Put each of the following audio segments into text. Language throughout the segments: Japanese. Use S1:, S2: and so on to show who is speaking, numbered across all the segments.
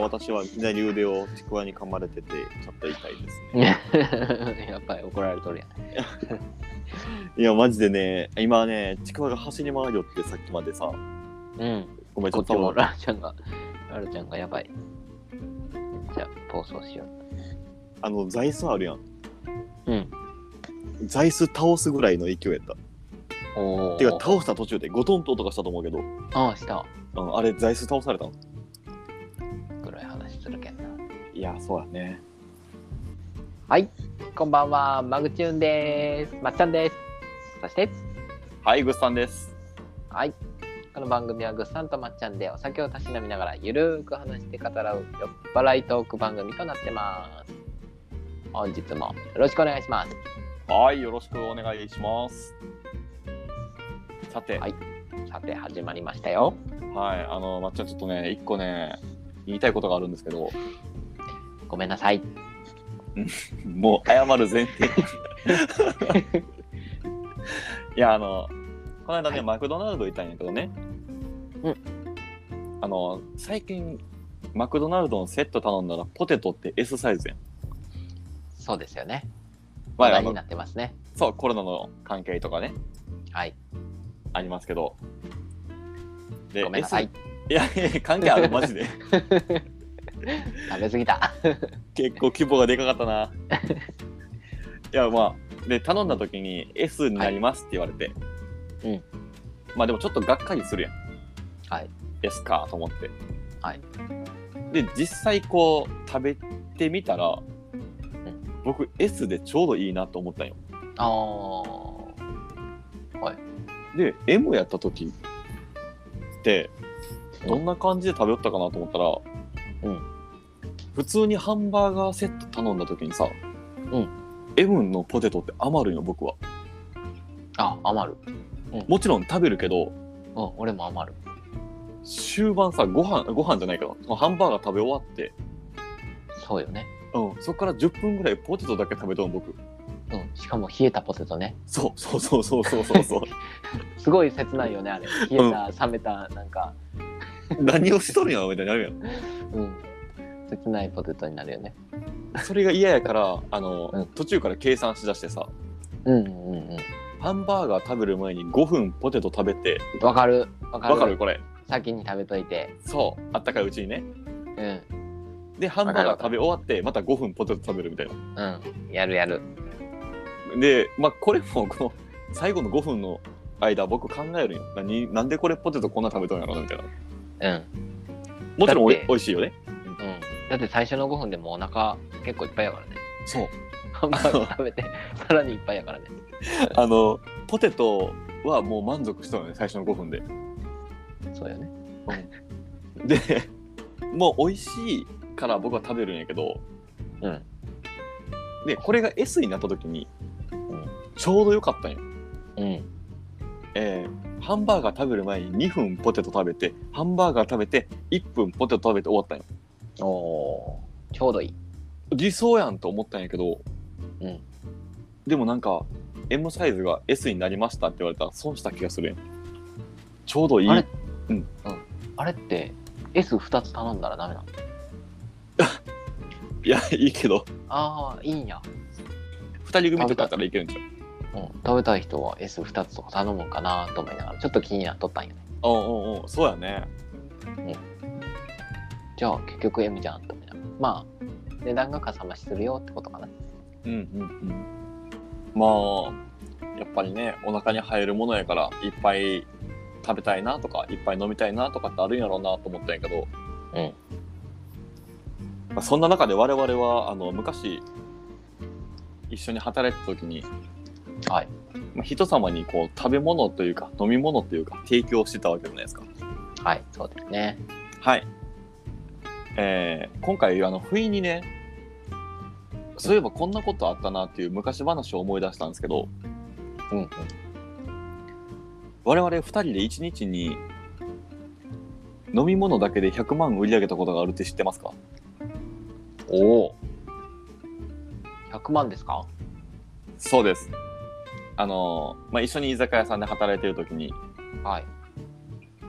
S1: 私は左腕をちくわに噛まれてて、ちょっと痛い ですね。
S2: やっぱり怒られとるやん。
S1: いや、マジでね、今ね、ちくわが走り回りよって、さっきまでさ、
S2: うん。
S1: ごめん、ち
S2: こ
S1: ょ
S2: っ
S1: っ
S2: ちも
S1: と、
S2: ラルちゃんが、ラルちゃんがやばい。じゃあ、暴走しよ
S1: あの、座椅子あるやん。
S2: う。うん。
S1: 座椅子倒すぐらいの勢いやった。
S2: おー。
S1: てか、倒した途中でゴトンと音がしたと思うけど、
S2: ああ、した。
S1: うん、あれ、座椅子倒されたの
S2: ぐらい話するけんな。
S1: いや、そうやね。
S2: こんばんは、マグチューンです。まっちゃんです。そして、
S1: はい、グッさんです。
S2: はい。この番組はぐっさんとまっちゃんでお酒をたしなみながらゆるーく話して語らう酔っ払いトーク番組となってます。本日もよろしくお願いします。
S1: はい、よろしくお願いします。さて、
S2: は
S1: はいい、
S2: さて、始まりましたよ。
S1: あの、まっちゃん、ちょっとね、一個ね、言いたいことがあるんですけど、
S2: ごめんなさい。
S1: もう謝る 前提。いや、あの、この間ね、
S2: はい
S1: マクドナルド行ったんやけどね。
S2: うん
S1: あの、最近、マクドナルドのセット頼んだら、ポテトって S サイズやん。
S2: そうですよね。
S1: ま
S2: 話
S1: あ、あ
S2: 題に
S1: の
S2: なってますね。
S1: そう、コロナの関係とかね、
S2: はい。
S1: ありますけど。で
S2: ごめんなさい。。
S1: S いや、いや関係ある、マジで。
S2: 食べ過ぎた。
S1: 結構規模がでかかった な。いやまあで頼んだ時に S になりますって言われて、
S2: うん
S1: まあでもちょっとがっかりするやん、
S2: はい、
S1: S かと思って、
S2: はい、
S1: で実際こう食べてみたら、
S2: ん
S1: 僕 S でちょうどいいなと思ったんよ
S2: あー。
S1: で M やった時ってどんな感じで食べよったかなと思ったら、
S2: うん
S1: 普通にハンバーガーセット頼んだ時にさ、
S2: ん
S1: M のポテトって余るんよ僕は
S2: あ、余る。
S1: もちろん食べるけど
S2: うん、俺も余る。
S1: 終盤さご飯ご飯じゃないけどそのハンバーガー食べ終わって、
S2: そうよね。
S1: うん、そこから10分ぐらいポテトだけ食べとん僕
S2: うん。しかも冷えたポテトね。
S1: そうそうそうそうそうそうそう
S2: すごい切ないよね、あれ。冷えた、冷めた、なんか。
S1: 何をしとるんやろみたいになるやん
S2: うん。切ないポテトになるよね。
S1: それが嫌やからあの、
S2: うん
S1: 途中から計算しだしてさ
S2: うんうんう
S1: ハンバーガー食べる前に5分ポテト食べて
S2: ん。わかる。わかる。
S1: わかるこれ
S2: 先に食べといて。
S1: そうあったかいうちにね
S2: うん。
S1: でハンバー
S2: わ
S1: ガー
S2: かるわか
S1: 食べ終わってまた5分ポテト食べるみたいな
S2: うん。やるやる。
S1: でまあこれもこの最後の5分の間僕考えるんよ何なんでこれポテトこんな食べとんやろなみたいな
S2: うん。
S1: もちろんおい
S2: だって
S1: 美味しいよね
S2: うん。だって最初の5分でもうお腹結構いっぱいや からね。
S1: そう
S2: ハンバーガー食べて、さらにいっぱいやからね。
S1: あのポテトはもう満足したのね最初の5分で
S2: そうよね。
S1: でもう美味しいから僕は食べるんやけど
S2: うん
S1: でこれが S になった時に、
S2: ん
S1: ちょうどよかったんよ、
S2: うん。
S1: えーハンバーガー食べる前に2分ポテト食べてハンバーガー食べて1分ポテト食べて終わったんよ
S2: おおー。ちょうどいい。
S1: 理想やんと思ったんやけど、
S2: うん
S1: でもなんか M サイズが S になりましたって言われたら損した気がするやんちょうどいい
S2: あれ
S1: うん
S2: あれって、S2 つ頼んだらダメなの
S1: いやいいけど
S2: ああ、いいんや。
S1: 2人組とかだったらいけるんちゃう
S2: うん。食べたい人は S2 つとか頼むんかなと思いながら、ちょっと気になっとったんよね。
S1: うんうんうんそうやね
S2: じゃあ結局 M じゃんと思いながら。まあ、値段がかさ増しするよってことかな。
S1: うんうんうんまあやっぱりねお腹に入るものやからいっぱい食べたいなとかいっぱい飲みたいなとかってあるんやろうなと思ったんやけど、
S2: うん
S1: まあ、そんな中で我々はあの昔一緒に働いてた時に、
S2: はい。
S1: まあ、人様にこう食べ物というか飲み物というか提供してたわけじゃないですか
S2: はい、そうですね。
S1: はい。えー今回、あの、不意にね、そういえばこんなことあったなっていう昔話を思い出したんですけど、
S2: うんうん。
S1: 我々2人で1日に飲み物だけで100万売り上げたことがあるって知ってますか
S2: おお。100万ですか
S1: そうです。あのーまあ、一緒に居酒屋さんで働いてる時に、
S2: はい。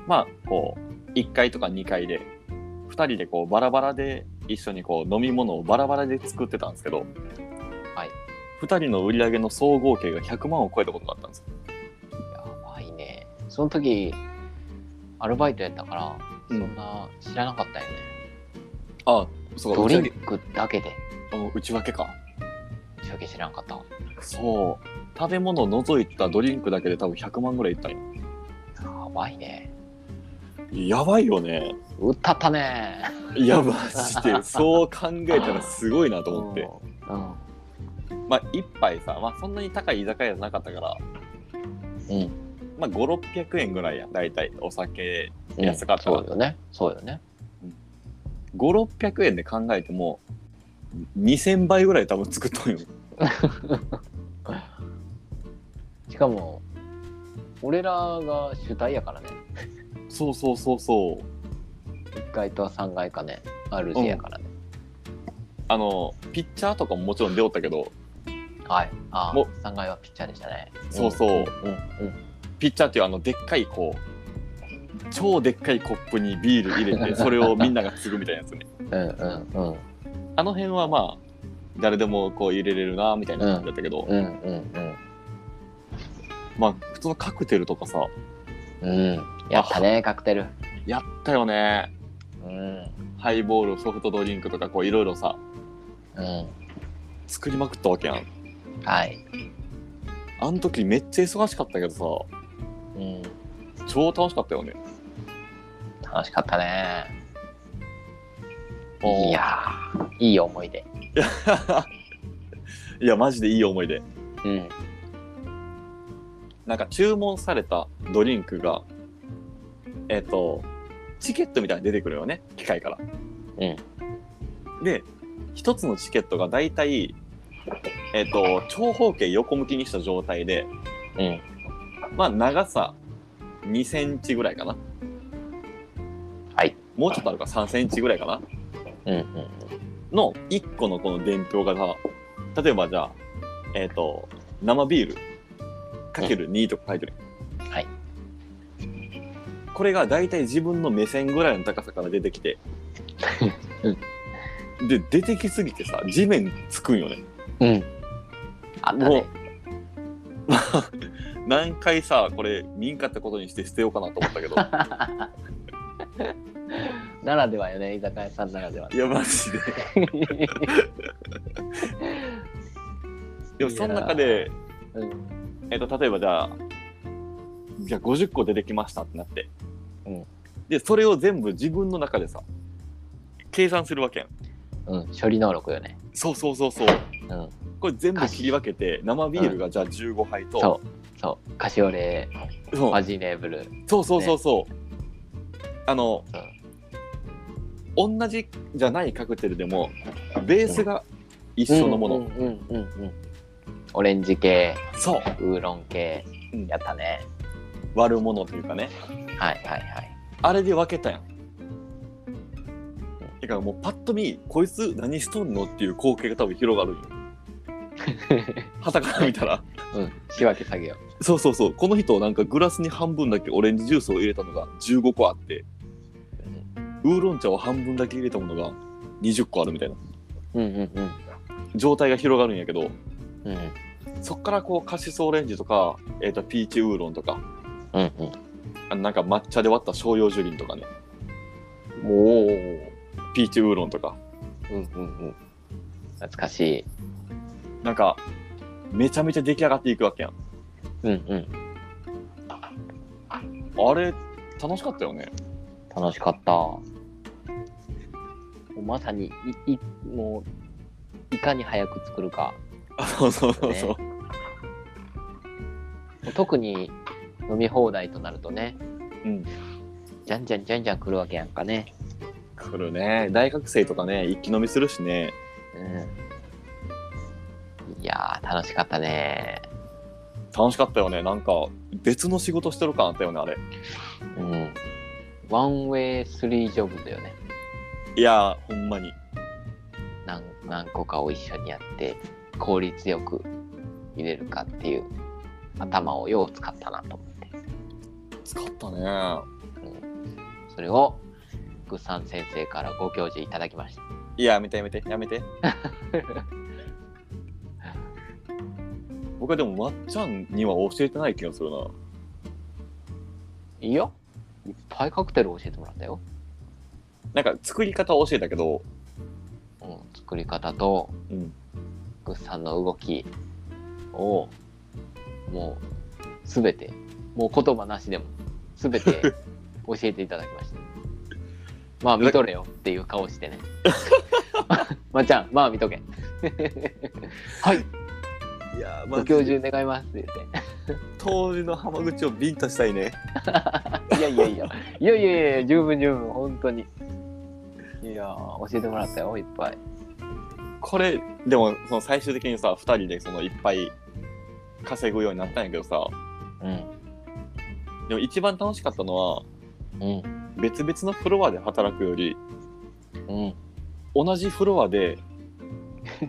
S1: まあ、こう、1階とか2階で2 2人でこうバラバラで一緒にこう飲み物をバラバラで作ってたんですけど、
S2: はい、
S1: 2人の売り上げの総合計が100万を超えたことがあったんですよ
S2: やばいねその時アルバイトやったから
S1: う
S2: そ
S1: ん
S2: んな知らなかったよね、
S1: ああそうか
S2: ド
S1: 打ち上
S2: リン
S1: げ
S2: クだけで
S1: あの内訳か
S2: 仕分け知らんかった
S1: そう食べ物を除いたドリンクだけで多分100万ぐらいいったんよ
S2: やばいね
S1: やばいよね
S2: 歌ったね
S1: いやマジ でそう考えたらすごいなと思って
S2: うん
S1: まあ一杯さ、まあ、そんなに高い居酒屋じゃなかったから、
S2: うん
S1: まあ、5600円ぐらいや大体お酒安かった
S2: そうよねそうよね
S1: 5600円で考えても2000倍ぐらい多分作っとんよ
S2: しかも俺らが主体やからね
S1: そうそうそうそう
S2: 1階と3階かね RG やからね、
S1: あのピッチャーとかももちろん出おったけど
S2: はいあ
S1: も
S2: 3階はピッチャーでしたね
S1: そうそう、
S2: うんうん
S1: ピッチャーっていうあのでっかいこう超でっかいコップにビール入 れてそれをみんなが継ぐみたいなやつね
S2: うんうんうん
S1: あの辺はまあ誰でもこう入れれるなみたいな感じだったけど、
S2: うんうん
S1: まあ普通のカクテルとかさ
S2: うんうんやったねカクテル
S1: やったよね
S2: うん
S1: ハイボールソフトドリンクとかこういろいろさ
S2: うん
S1: 作りまくったわけやん
S2: はい
S1: あの時めっちゃ忙しかったけど
S2: うん
S1: さ超楽しかったよね
S2: 楽しかったねいやーいい思い出
S1: いやマジでいい思い出
S2: うん
S1: なんか注文されたドリンクがえっ、とチケットみたいに出てくるよね機械からで一つのチケットが大体えっ、と長方形横向きにした状態で
S2: うん
S1: まあ長さ2センチぐらいかな
S2: はい
S1: もうちょっとあるか3センチぐらいかな
S2: うんうん
S1: の1個のこの伝票がさ例えばじゃあえっ、と生ビールかける2とか書いてる、
S2: はい
S1: これが大体自分の目線ぐらいの高さから出てきてで出てきすぎてさ地面つくんよね
S2: うんあったね
S1: 何回さこれ民家ってことにして捨てようかなと思った けど
S2: ならではよね居酒屋さんならでは
S1: いやマジで でもその中で、
S2: うん
S1: えっと例えばじゃあじゃあ50個出てきましたってなって、
S2: うん
S1: でそれを全部自分の中でさ計算するわけやん
S2: うん処理能力よね
S1: そうそうそうそう
S2: うん
S1: これ全部切り分けて生ビールがじゃあ15杯と、
S2: そうそうカシオレ
S1: そう
S2: マジレーブル
S1: そうそうそうそう、あの、同じじゃないカクテルでもベースが一緒のもの、
S2: うんうんうんうんオレンジ系
S1: そう
S2: ウーロン系
S1: うん
S2: やったね
S1: 悪者というかね
S2: はいはいはい
S1: あれで分けたやんだからもうパッと見こいつ何しとんのっていう光景が多分広 がるんよはたから見たら
S2: うん仕分け作業
S1: そうそうそうこの人なんかグラスに半分だけオレンジジュースを入れたのが15個あってウーロン茶を半分だけ入れたものが20個あるみたいな
S2: うんうんうん
S1: 状態が広がるんやけど
S2: うん
S1: そっからこうカシスオレンジとか、えー、とピーチウーロンとか
S2: うんうん
S1: あのなんか抹茶で割った商用樹林とかね
S2: もう
S1: ピーチウーロンとか
S2: うんうんうん懐かしい
S1: なんかめちゃめちゃ出来上がっていくわけやん
S2: うんうん
S1: あれ楽しかったよね
S2: 楽しかったもうまさにいいもういかに早く作るか
S1: あそうそうそうそう、
S2: 特に飲み放題となるとね
S1: うん
S2: じゃんじゃんじゃんじゃん来るわけやんかね
S1: 来るね大学生とかね一気飲みするしね
S2: うんいやー楽しかったね
S1: 楽しかったよねなんか別の仕事してる感あったよねあれ
S2: うんワンウェイスリージョブだよね
S1: いやーほんまに
S2: 何何個かを一緒にやって効率よく入れるかっていう頭をよう使ったなと思って
S1: 使ったね
S2: それをックさん先生からご教授いただきました。
S1: いや、やめてやめて、や めて。僕はでも、まっちゃんには教えてない気がするな。
S2: いいよ。いっぱいカクテル教えてもらったよ。
S1: なんか、作り方を教えたけど、
S2: うん、作り方と、
S1: うん。
S2: グッさんの動きを、もう、すべて、もう言葉なしでも、すべ て教えていただきました。まあ見とれよっていう顔して ね。まっちゃん、まあ見とけ。はい、
S1: いやー、ま
S2: ご教授願いますって言
S1: 当時の浜口をビンタしたいね。
S2: って。いやいやいや、いやいやいや、十分十分、本当に。いやー、教えてもらったよ、いっぱい。
S1: これ、でも、その最終的にさ、二人でそのいっぱい稼ぐようになったんやけどさ、
S2: うん。
S1: でも一番楽しかったのは、
S2: うん。
S1: 別々のフロアで働くより、
S2: うん。
S1: 同じフロア で、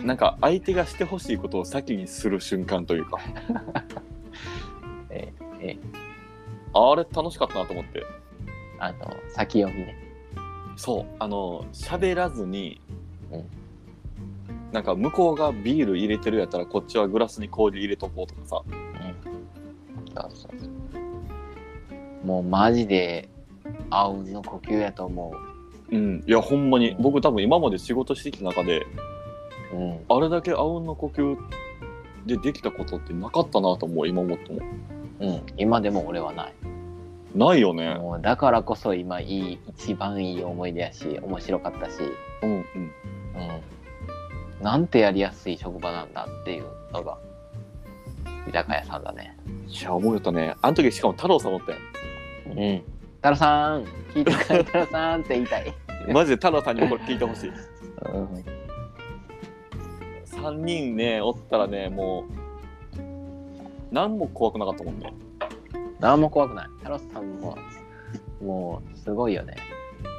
S1: なんか相手がしてほしいことを先にする瞬間というか。
S2: えええ
S1: あれ楽しかったなと思って。
S2: あの、先読みね。
S1: そう、あの、喋らずに、
S2: うん
S1: なんか向こうがビール入れてるやったらこっちはグラスに氷入れとこうとかさ。
S2: そうそうそうもうマジであうんの呼吸やと思
S1: うん。いや、ほんまに、僕多分今まで仕事してきた中で、
S2: う、うん、
S1: あれだけあうんの呼吸でできたことってなかったなと思う、今思っても。
S2: うん、今でも俺はない、
S1: ないよね。
S2: もうだからこそ今いい一番いい思い出やし面白かったし、
S1: うんうん。
S2: うん、なんてやりやすい職場なんだっていうのが居酒屋さんだね
S1: いや、思うよったね。あの時しかも太郎さんおったや
S2: うん太郎さん聞いてくれ太郎さんって言いたい、
S1: ん。マジで太郎さんにもこれ聞いてほ しい。
S2: うん、
S1: 3人ね、おったらね、もう、何も怖くなかったもんね。
S2: 何も怖くない太郎さんももうすごいよね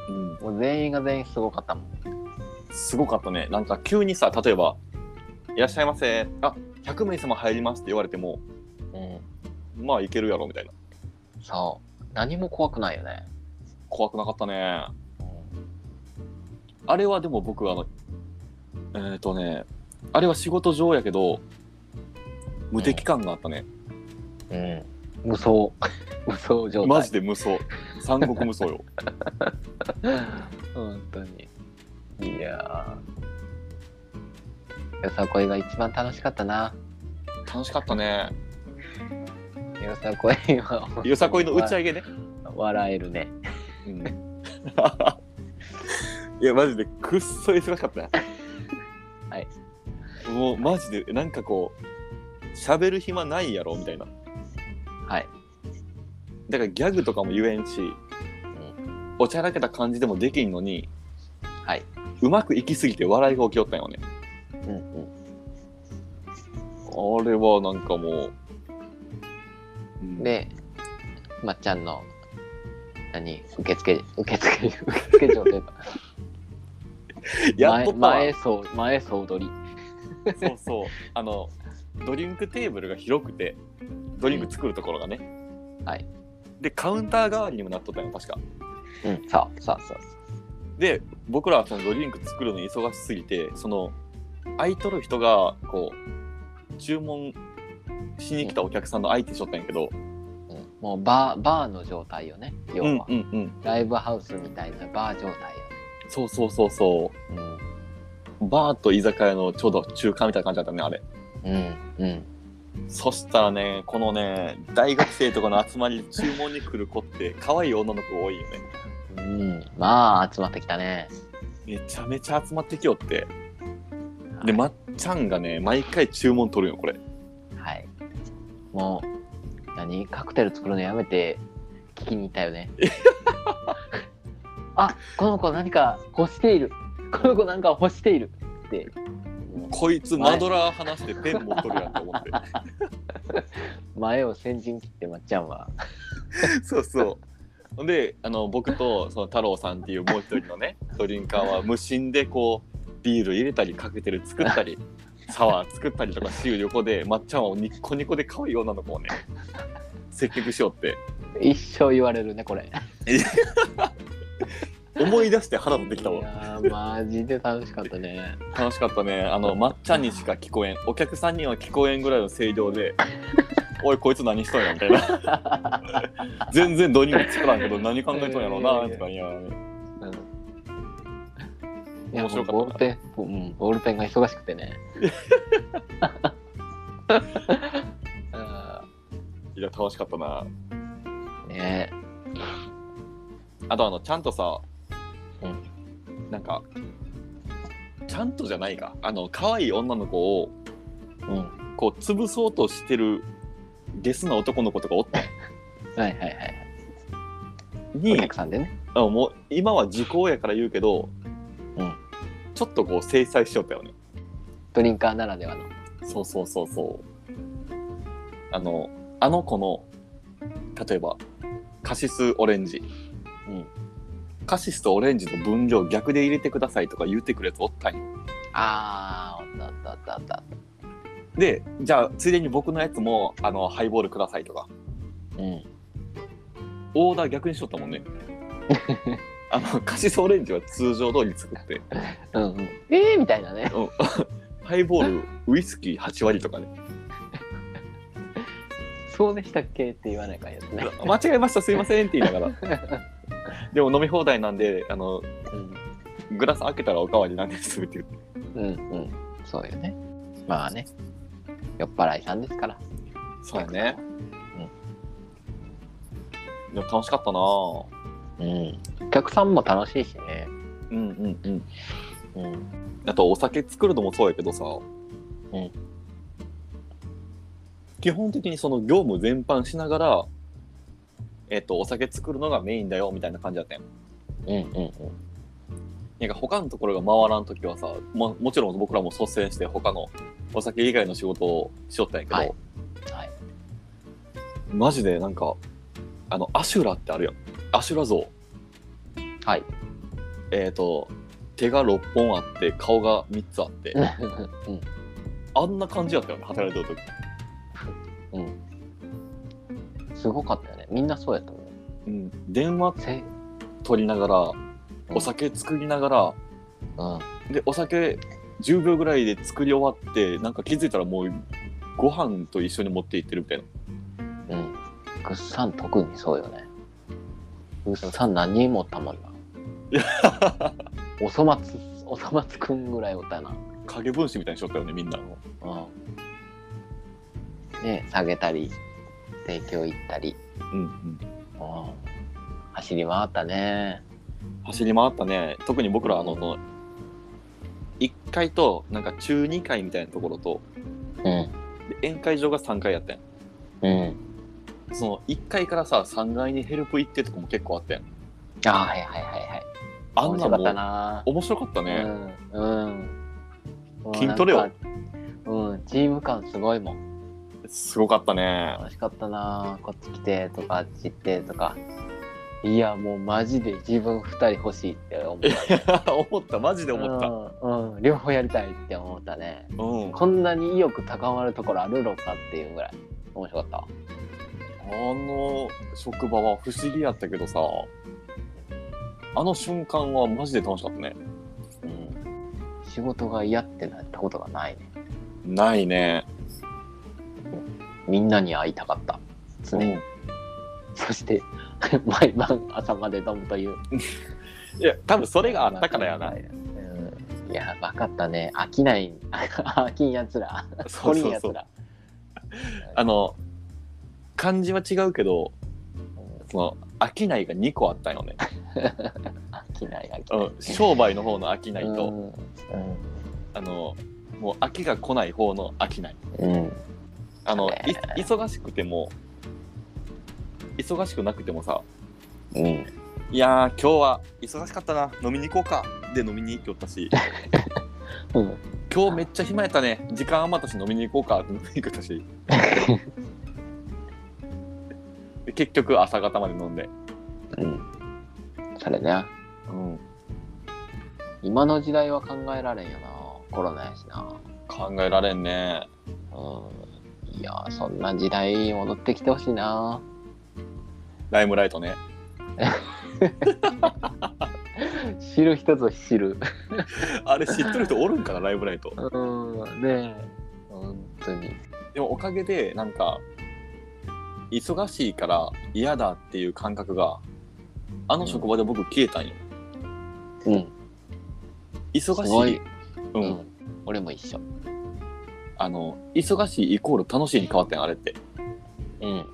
S1: うん。
S2: もう全員が全員すごかったもん
S1: すごかったね。なんか急にさ、例えば、いらっしゃいませ、あ100名様入りますって言われても、
S2: うん、
S1: まあいけるやろみたいな。
S2: そう何も怖くないよね、
S1: 怖くなかったね。あれはでも僕、あの、えっ、ー、とね、あれは仕事上やけど、無敵感があったね。
S2: うん、無双 無双状態
S1: マジで無双。三国無双よ。
S2: 本当にいやーよさこいが一番楽しかったな
S1: 楽しかったね。
S2: よさこいは
S1: よさこいの打ち上げね。
S2: 笑えるね
S1: うんいや、マジでくっそ忙しかったね。
S2: はい
S1: もうマジでなんかこう喋る暇ないやろみたいな
S2: はい
S1: だからギャグとかも言えんし、おちゃらけた感じでもできんのに
S2: はいう
S1: まくいきすぎて笑いが起きよったんよね
S2: うんうん
S1: あれはなんかもううん
S2: でまっちゃんの何受付受付 受付嬢というか
S1: やっとったわ
S2: 前前総前総取り
S1: そうそうあのドリンクテーブルが広くてドリンク作るところがね、
S2: はい
S1: でカウンター代わりにもなっとったんよ確か
S2: うんそうそうそうそう
S1: で僕らはそのドリンク作るのに忙しすぎてその空いとる人がこう注文しに来たお客さんの相手しとったんやけど、
S2: うんもうバーバーの状態よね要は、
S1: うんうんうん
S2: ライブハウスみたいなバー状態
S1: そうそうそうそ
S2: よね
S1: うバーと居酒屋のちょうど中間みたいな感じだったねあれ
S2: うんうんうん
S1: そしたらねこのね大学生とかの集まりで注文に来る子って可愛い女の子多いよね
S2: うん、まあ集まってきたね。
S1: めちゃめちゃ集まってきよってで
S2: は
S1: まっちゃんがね毎回注文取るよこれ
S2: い、はい、もう何カクテル作るのやめて聞きに行ったよ ね。あこの子何か欲しているこの子何か欲しているって
S1: こいつマドラー話してペン持っとるやんと思って
S2: 前を先陣切ってまっちゃんは。
S1: そうそう。で、あの僕とその太郎さんっていうもう一人のね、ドリンカーは無心でこうビール入れたりカクテル作った り、サワー作ったりとかしゆう横で、まっちゃんはニッコニコで可愛い女の子をね、接客しようって。
S2: 一生言われるねこれ。
S1: 面思い出して腹立ってきた
S2: い
S1: わ
S2: やーマジで楽しかったね。
S1: 楽しかったねあのまっちゃんにしか聞こえんお客さんには聞こえんぐらいの声量で 「おいこいつ何しとんや」みたいな全然どうにもつからんけど何考えとんやろうなとかいや
S2: うん
S1: 面白かった
S2: いやもうボールペン、うん、ボールペンが忙しくてね。 あ
S1: いや楽しかったな
S2: ーね
S1: あとあのちゃんとさ、
S2: う
S1: なんかちゃんとじゃないかあの可愛い女の子を
S2: うん。は
S1: こう潰そうとしてるゲスな男の子とかおった
S2: いはいはい。
S1: に
S2: お客さんでね。
S1: あもう今は時効やから言うけど、
S2: うん
S1: ちょっとこう制裁しよったよね
S2: ドリンカーならではの。
S1: そうそうそうそうあのあの子の例えばカシスオレンジ、
S2: うん
S1: カシスとオレンジの分量逆で入れてくださいとか言うてくるやつおったんよ
S2: ああ、おったおったおったおった。
S1: でじゃあついでに僕のやつもあのハイボールくださいとか
S2: うん。
S1: オーダー逆にしとったもんねあのカシスオレンジは通常通り作って、
S2: うんうん。えーみたいなね。
S1: うんハイボールウイスキー8割とかね
S2: そうでしたっけって言わないからやつね。
S1: 間違えましたすいませんって言いながらでも飲み放題なんであの
S2: うん。
S1: グラス開けたらおかわりなんですって言って
S2: うんうん。そうよね。まあね。酔っ払いさんですから。
S1: そうやねでも楽しかったなぁ
S2: うん。お客さんも楽しいしね。
S1: うんうんうん
S2: うん。
S1: あとお酒作るのもそうやけどさ、
S2: うん
S1: 基本的にその業務全般しながらえっとお酒作るのがメインだよみたいな感じだったんよ
S2: うんうん
S1: なんか他のところが回らん時はさももちろん僕らも率先して他のお酒以外の仕事をしよったんやけど、
S2: はいはい
S1: マジでなんかあのアシュラってあるやんアシュラ像
S2: はい
S1: えっ、と手が6本あって顔が3つあって、
S2: うん。うん。
S1: あんな感じやったよね働いてる時
S2: すごかったよね。みんなそうやったもんね。
S1: うん、電話
S2: せ
S1: 取りながらお酒作りながら、
S2: うん。
S1: でお酒10秒ぐらいで作り終わってなんか気づいたらもうご飯と一緒に持って行ってるみたいな
S2: うん。ぐっさん特にそうよね。ぐっさん何人もおっ たもんな。おそ松、おそ松くんぐらいおったな。
S1: 影分身みたいにしとったよねみんな
S2: うん。ね下げたり、提供行ったり、
S1: うんうん
S2: うん。走り回ったね。
S1: 走り回ったね特に僕らあのの1階となんか中2階みたいなところと
S2: うん。
S1: で宴会場が3階やったん
S2: うん。
S1: その1階からさ3階にヘルプ行ってとかも結構あったやん
S2: ああ、はいはいはいはい。
S1: あん
S2: 面
S1: な
S2: 白
S1: も
S2: か
S1: ん
S2: ったな。
S1: 面白かったね、
S2: うん。うん。
S1: 筋トレを
S2: もうなんかうん、チーム感すごいもん。
S1: すごかったね
S2: 楽しかったなこっち来てとかあっち行ってとかいやもうマジで自分2人欲しいって思っ
S1: 思ったマジで
S2: た
S1: 思った
S2: うん、うん両方やりたいって思ったね
S1: うんあ
S2: こんなに意欲高まるところあるのかっていうぐらい面白かったわ
S1: の職場は不思議やったけどさあの瞬間はマジで楽しかったね
S2: うん仕事が嫌ってなったことがないね
S1: ないね
S2: みんなに会いたかった常に、
S1: うん
S2: そして 毎晩朝まで飲むという
S1: いや多分それがあったからやな
S2: うんいや分かったね飽きない 飽きんやつら
S1: そ
S2: 懲
S1: う
S2: りん
S1: そう
S2: や
S1: そ
S2: つ
S1: う
S2: ら
S1: あの漢字は違うけど
S2: うん
S1: その飽きないが2個あったよね、
S2: 飽きない飽き
S1: う
S2: ない。
S1: ん、商売の方の飽きないと、
S2: うん
S1: あのもう飽きが来ない方の飽きない
S2: うんうん
S1: あの、
S2: ね
S1: い忙しくても忙しくなくてもさ
S2: うん
S1: 「いやー今日は忙しかったな飲みに行こうか」で飲みに行っておったし
S2: うん
S1: 「今日めっちゃ暇やったね時間余ったし飲みに行こうか」って飲みに行ったしで結局朝方まで飲んで、
S2: それね
S1: うん、
S2: 今の時代は考えられんよなコロナやしな
S1: 考えられんね
S2: うんいやそんな時代に戻ってきてほしいな
S1: ライムライトね
S2: 知る人ぞ知る。
S1: あれ知ってる人おるんかな、ライブライト。
S2: うん、ねえ。本当に。
S1: でもおかげで、なんか、忙しいから嫌だっていう感覚が、あの職場で僕消えたんよ。
S2: うん。
S1: 忙
S2: すご
S1: しい
S2: い。
S1: う。
S2: うんん。俺も一緒。
S1: あの、忙しいイコール楽しいに変わってん、あれって。
S2: うん。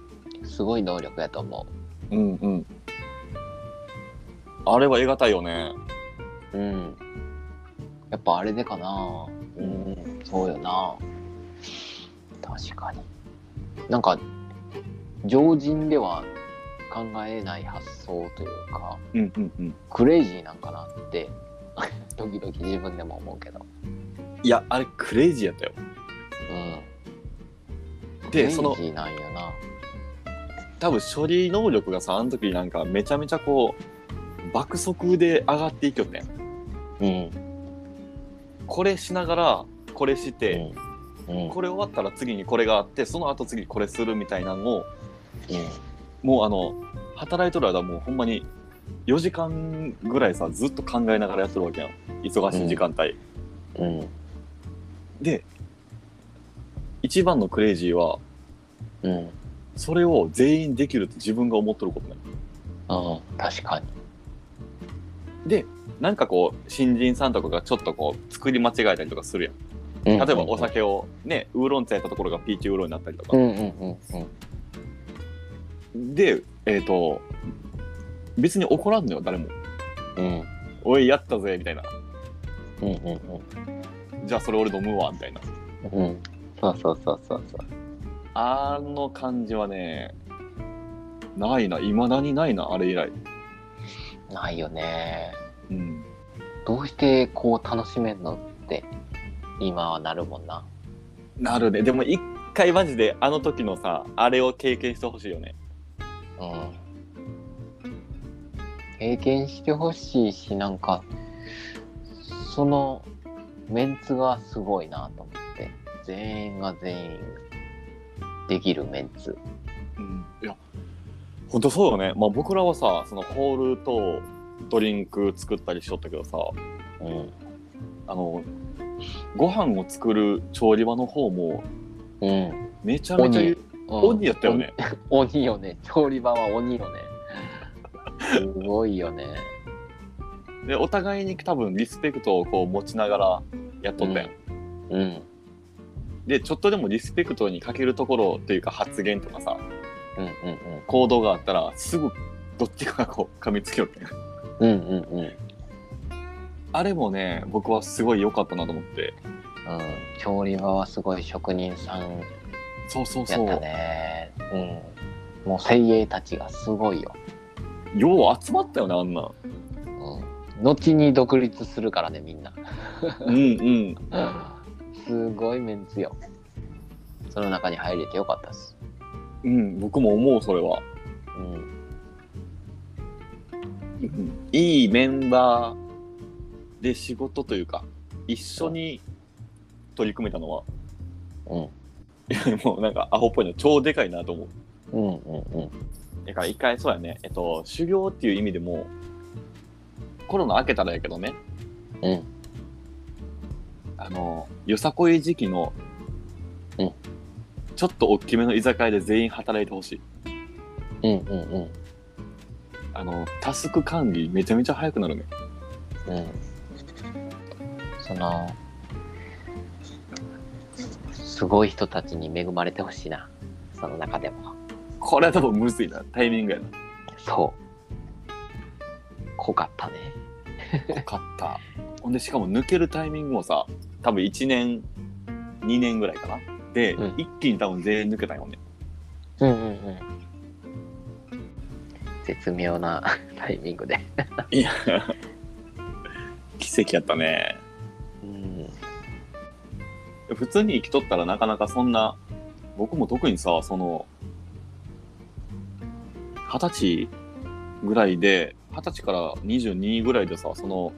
S2: すごい能力やと思
S1: うんうん。あれは得難いよね。
S2: う。うん。やっぱあれでかな。うん。そうよな。確かに。なんか、常人では考えない発想というか、
S1: うんうんうん。
S2: クレイジーなんかなって、時々自分でも思うけど。
S1: いや、あれクレイジーやったよ。
S2: うん。クレ
S1: で、
S2: イジ
S1: その、
S2: ーなんよな。
S1: 多分処理能力がさ、あの時なんかめちゃめちゃこう、爆速で上がっていきよったやん。
S2: うん。
S1: これしながら、これして、
S2: うん。うん。
S1: これ終わったら次にこれがあってその後次にこれするみたいなのを
S2: うん
S1: もうあの働いとる間もうほんまに4時間ぐらいさずっと考えながらやってるわけやん忙しい時間帯、
S2: うん。
S1: で一番のクレイジーは
S2: うん。
S1: それを全員できるって自分が思っとることね
S2: うん。確かに。
S1: でなんかこう新人さんとかがちょっとこう作り間違えたりとかするやん
S2: 例え
S1: 例えばお。酒をねウーロン茶やったところがピーチウーロンになったりと
S2: う
S1: か、
S2: んうんうんうん。
S1: でえっ、と別に怒らんのよ誰も
S2: うん
S1: 「おいやったぜ」みたいな
S2: うんうん
S1: じゃあそれ俺飲むわみたいな
S2: うん。うん。そうそうそうそうそう。
S1: あの感じはねないないまだにないなあれ以来
S2: ないよね。
S1: うん
S2: どうしてこう楽しめんのって今はなるもんな。
S1: なるねでも一回マジであの時のさあれを経験してほしいよね
S2: うん。経験してほしいし、なんか、そのメンツがすごいなと思って。全員が全員できるメンツ。
S1: うんいやほんとそうよねまあ僕らはさそのホールとドリンク作ったりしとったけどさ
S2: うん。
S1: あのご飯を作る調理場の方も
S2: うん。
S1: めちゃめちゃ
S2: うん
S1: 鬼やったよね
S2: 鬼よね調理場は 鬼よねすごいよね
S1: でお互いに多分リスペクトをこう持ちながらやっとったやん
S2: うん
S1: でちょっとでもリスペクトに欠けるところというか発言とかさ
S2: うん
S1: 行動があったらすぐどっちかがこう噛みつきよって
S2: うんうんうんうんうんうん
S1: あれもね僕はすごい良かったなと思って
S2: 調理場はすごい職人さん
S1: そうそう
S2: や
S1: そう、
S2: ったねうんもう精鋭たちがすごいよ、
S1: よう集まったよねあんな
S2: うん、後に独立するからねみんな
S1: うんうん
S2: すごいメンツよその中に入れてよかったです
S1: うん僕も思うそれは、
S2: うん
S1: いいメンバーで仕事というか一緒に取り組めたのは
S2: うん
S1: いやもうなんかアホっぽいの超でかいなと思う
S2: うんうんうん
S1: だから一回そうやねえっと修行っていう意味でもコロナ明けたらやけどね
S2: うん
S1: あのよさこい時期の、
S2: うん
S1: ちょっと大きめの居酒屋で全員働いてほしい
S2: うんうんうん
S1: あのタスク管理めちゃめちゃ早くなるね
S2: うん、そのすごい人たちに恵まれてほしいなその中でも
S1: これは多分むずいなタイミングやな
S2: そう濃かったね
S1: よかったほんでしかも抜けるタイミングもさ多分1年2年ぐらいかなで、
S2: うん
S1: 一気に多分全員抜けたよね
S2: うんうんうん絶妙なタイミングで
S1: いや奇跡やったね
S2: うん
S1: 普通に生きとったらなかなかそんな僕も特にさその二十歳ぐらいで二十歳から22ぐらいでさその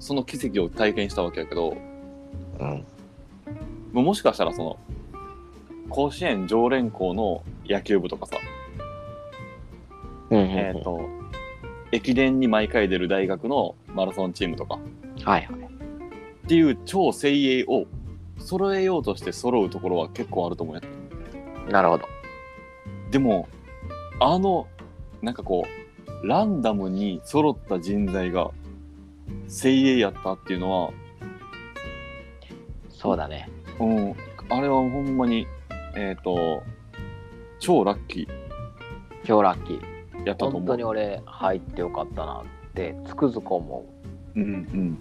S1: その奇跡を体験したわけやけど
S2: うん
S1: もうもしかしたらその甲子園常連校の野球部とかさ、
S2: うんうん
S1: えっ、と駅伝に毎回出る大学のマラソンチームとか
S2: はいはい。
S1: っていう超精鋭を揃えようとして揃うところは結構あると思うよ
S2: なるほど。
S1: でもあのなんかこうランダムに揃った人材が精鋭やったっていうのは、
S2: そうだね。
S1: うん、あれはほんまにえっ、と超ラッキ
S2: 今日ラッキー。
S1: ーやったと思う
S2: 本当に俺、入ってよかったなって、つくづく思う。
S1: うんうん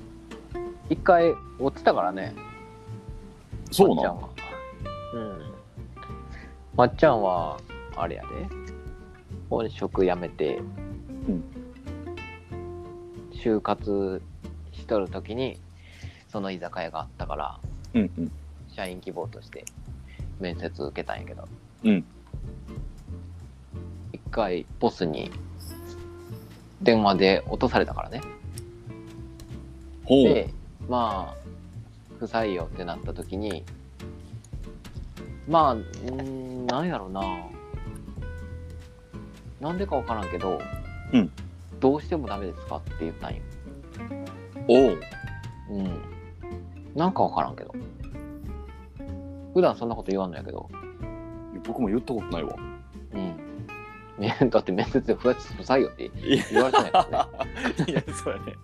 S2: 一回落ちたからね、
S1: そう
S2: まっちゃ
S1: なん
S2: は。うん。まっちゃんは、あれやで。本職辞めて、
S1: うん
S2: 就活しとるときに、その居酒屋があったから、
S1: うんうん
S2: 社員希望として面接受けたんやけど、
S1: うん
S2: 一回ボスに電話で落とされたからね
S1: ほう
S2: でまあ不採用ってなった時にまあうーんなんやろななんでか分からんけど、
S1: うん
S2: どうしてもダメですかって言ったんよ、
S1: おう
S2: うん、なんか分からんけど普段そんなこと言わんのやけど
S1: 僕も言ったことないわ
S2: うん。ね だって面接で不採用って言われたんやからね。
S1: いやそうやね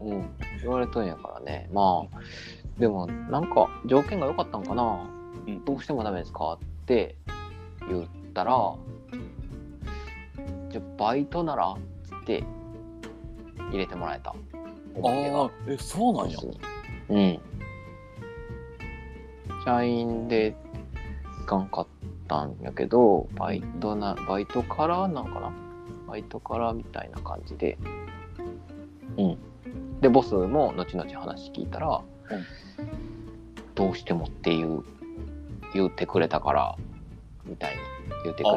S2: うん。言われたんやからね。まあ、でもなんか条件が良かったんかな。
S1: うん
S2: どうしてもダメですかって言ったら、じゃあバイトならっつって入れてもらえた。
S1: あ
S2: 思い出が
S1: あーえそうなんや
S2: うん。社員でいかんかったんやけど、バイトな、バイトからなんかなバイトからみたいな感じで。うん。で、ボスも後々話聞いたら、
S1: うん
S2: どうしてもっていう、言ってくれたから、みたいに言ってくれて。
S1: ああ、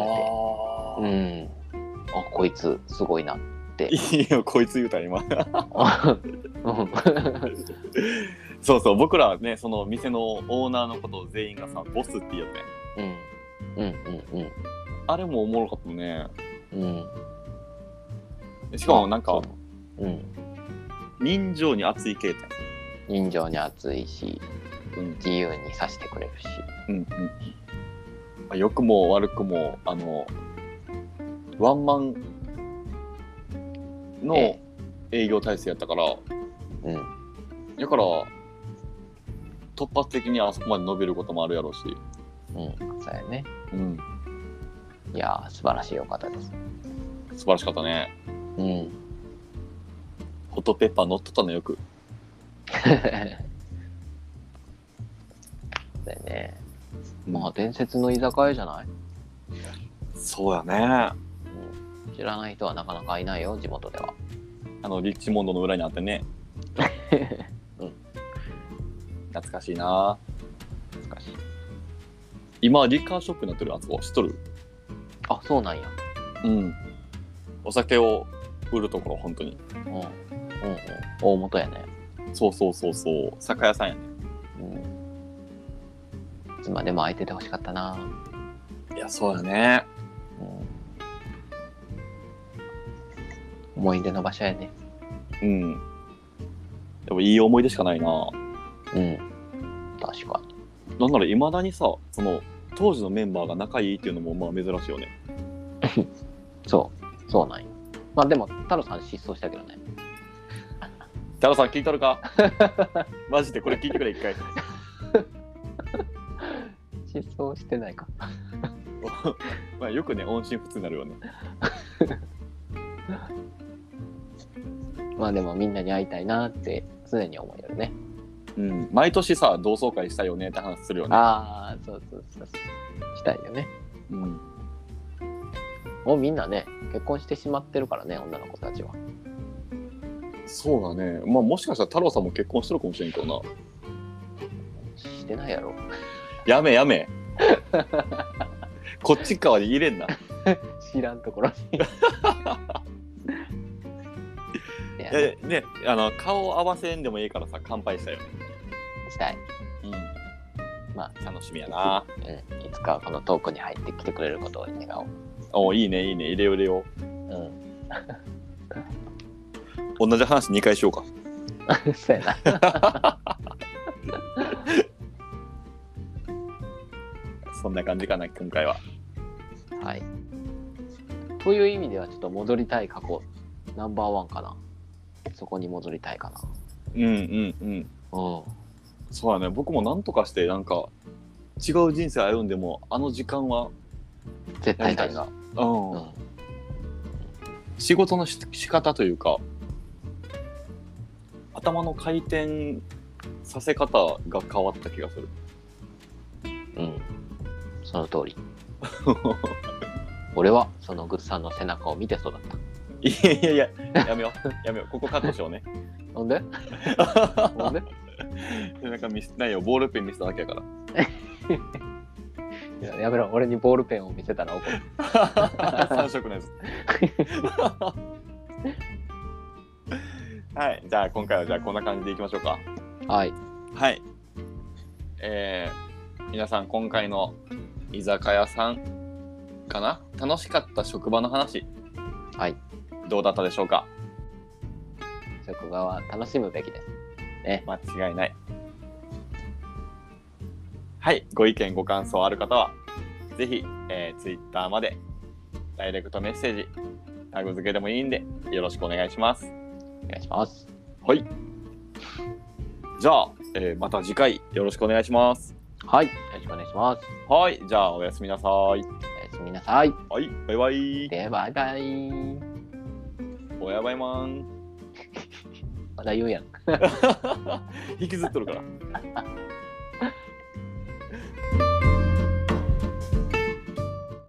S2: うん。あ、こいつすごいな。
S1: いいよこいつ言うたら今
S2: うん。
S1: そうそう僕らねその店のオーナーのことを全員がさボスって言うよね
S2: うん。うんうん
S1: あれもおもろかったね
S2: うん。うん。
S1: しかもなんか
S2: そう、うん、
S1: 人情に熱い経験
S2: 人情に熱いし
S1: うん
S2: 自由にさしてくれるし
S1: うんうんあ良くも悪くもあのワンマンの
S2: え
S1: 営業体制やったから
S2: うん
S1: だから突発的にあそこまで伸びることもあるやろうし、
S2: うんそうやね
S1: うん、
S2: いやー素晴らしいお方です
S1: 素晴らしかったね
S2: うん
S1: ホットペッパー乗っとったのよく
S2: そうやねまあ伝説の居酒屋じゃない、
S1: そうやね
S2: うん、知らない人はなかなかいないよ地元 では
S1: あのリッチモンドの裏にあってね
S2: 懐
S1: 懐かしいな
S2: かしい
S1: 今リッカーショップになってるあそこ知っとる
S2: あそうなんや、
S1: うんお酒を売るところ本当に
S2: うん、うんうん大元やね
S1: そうそうそうそう酒屋さんやね
S2: うんいつまでも空いててほしかったない
S1: やそうやね
S2: うん思い出の場所やね。
S1: うんでもいい思い出しかないな
S2: うん。確かに。
S1: なんならいまだにさその当時のメンバーが仲いいっていうのもまあ珍しいよね
S2: そう。そうなんよ。まあでも、太郎さん失踪したけどね。
S1: 太郎さん聞いとる かマジでこれ聞いてくれ一回
S2: 失踪してないか。
S1: まあよくね音信不通になるよね
S2: まあでも、みんなに会いたいなって常に思うよね。
S1: うん毎年さ同窓会したいよねって話するよね
S2: ああ、そうそうそうそう。したいよね。
S1: うん
S2: もうみんなね、結婚してしまってるからね、女の子たちは。
S1: そうだねまあもしかしたら太郎さんも結婚してるかもしれんけどな
S2: してないやろ。
S1: やめや めこっち側に入れんな
S2: 知らんところに。 いや
S1: えねあの顔合わせんでもいいからさ乾杯したよ、
S2: したい。
S1: うん、
S2: まあ
S1: 楽しみやな
S2: うん、いつかこのトークに入ってきてくれることを願おう。
S1: おいいねいいね入れよう入れよ
S2: うん。
S1: 同じ話2回しようか。
S2: そうやな。
S1: そんな感じかな、今回は。
S2: はい。という意味では、ちょっと戻りたい過去、ナンバーワンかな。そこに戻りたいかな。
S1: うんうんうん。
S2: うん。
S1: そうやね、僕もなんとかして、なんか、違う人生歩んでも、あの時間はや
S2: 絶対
S1: りた
S2: 大
S1: いな
S2: 事。。
S1: うん。
S2: うん。
S1: 仕事のし仕方というか、頭の回転させ方が変わった気がする。
S2: うん。その通り。俺は、そのグッさんの背中を見て育った。
S1: いやいやいや、やめよう。やめよう。ここカットしよ うね。
S2: なんでなんで
S1: なんか見せないよ。ボールペン見せただけやから。
S2: いややめろ、俺にボールペンを見せたら怒る。
S1: 三色のやつ。はい、じゃあ今回はじゃあこんな感じでいきましょうか。
S2: はい。
S1: はい。えー、皆さん今回の居酒屋さんかな楽しかった職場の話
S2: はい。
S1: どうだったでしょうか
S2: 職場は楽しむべきです。
S1: 間違いない。はい、ご意見ご感想ある方はぜひ、えー、Twitter までダイレクトメッセージタグ付けでもいいんでよろしくお願いします。
S2: お願いします。
S1: はい。じゃあ、えーまた次回よろしくお願いします。
S2: はい。よろしくお願いします。
S1: はい。じゃあ、おやすみなさい。は
S2: おやすみなさい。
S1: い。バイバイ。
S2: で、バイバイ。
S1: おやばいまん。
S2: まだ言うやん。
S1: 引きずっとるから。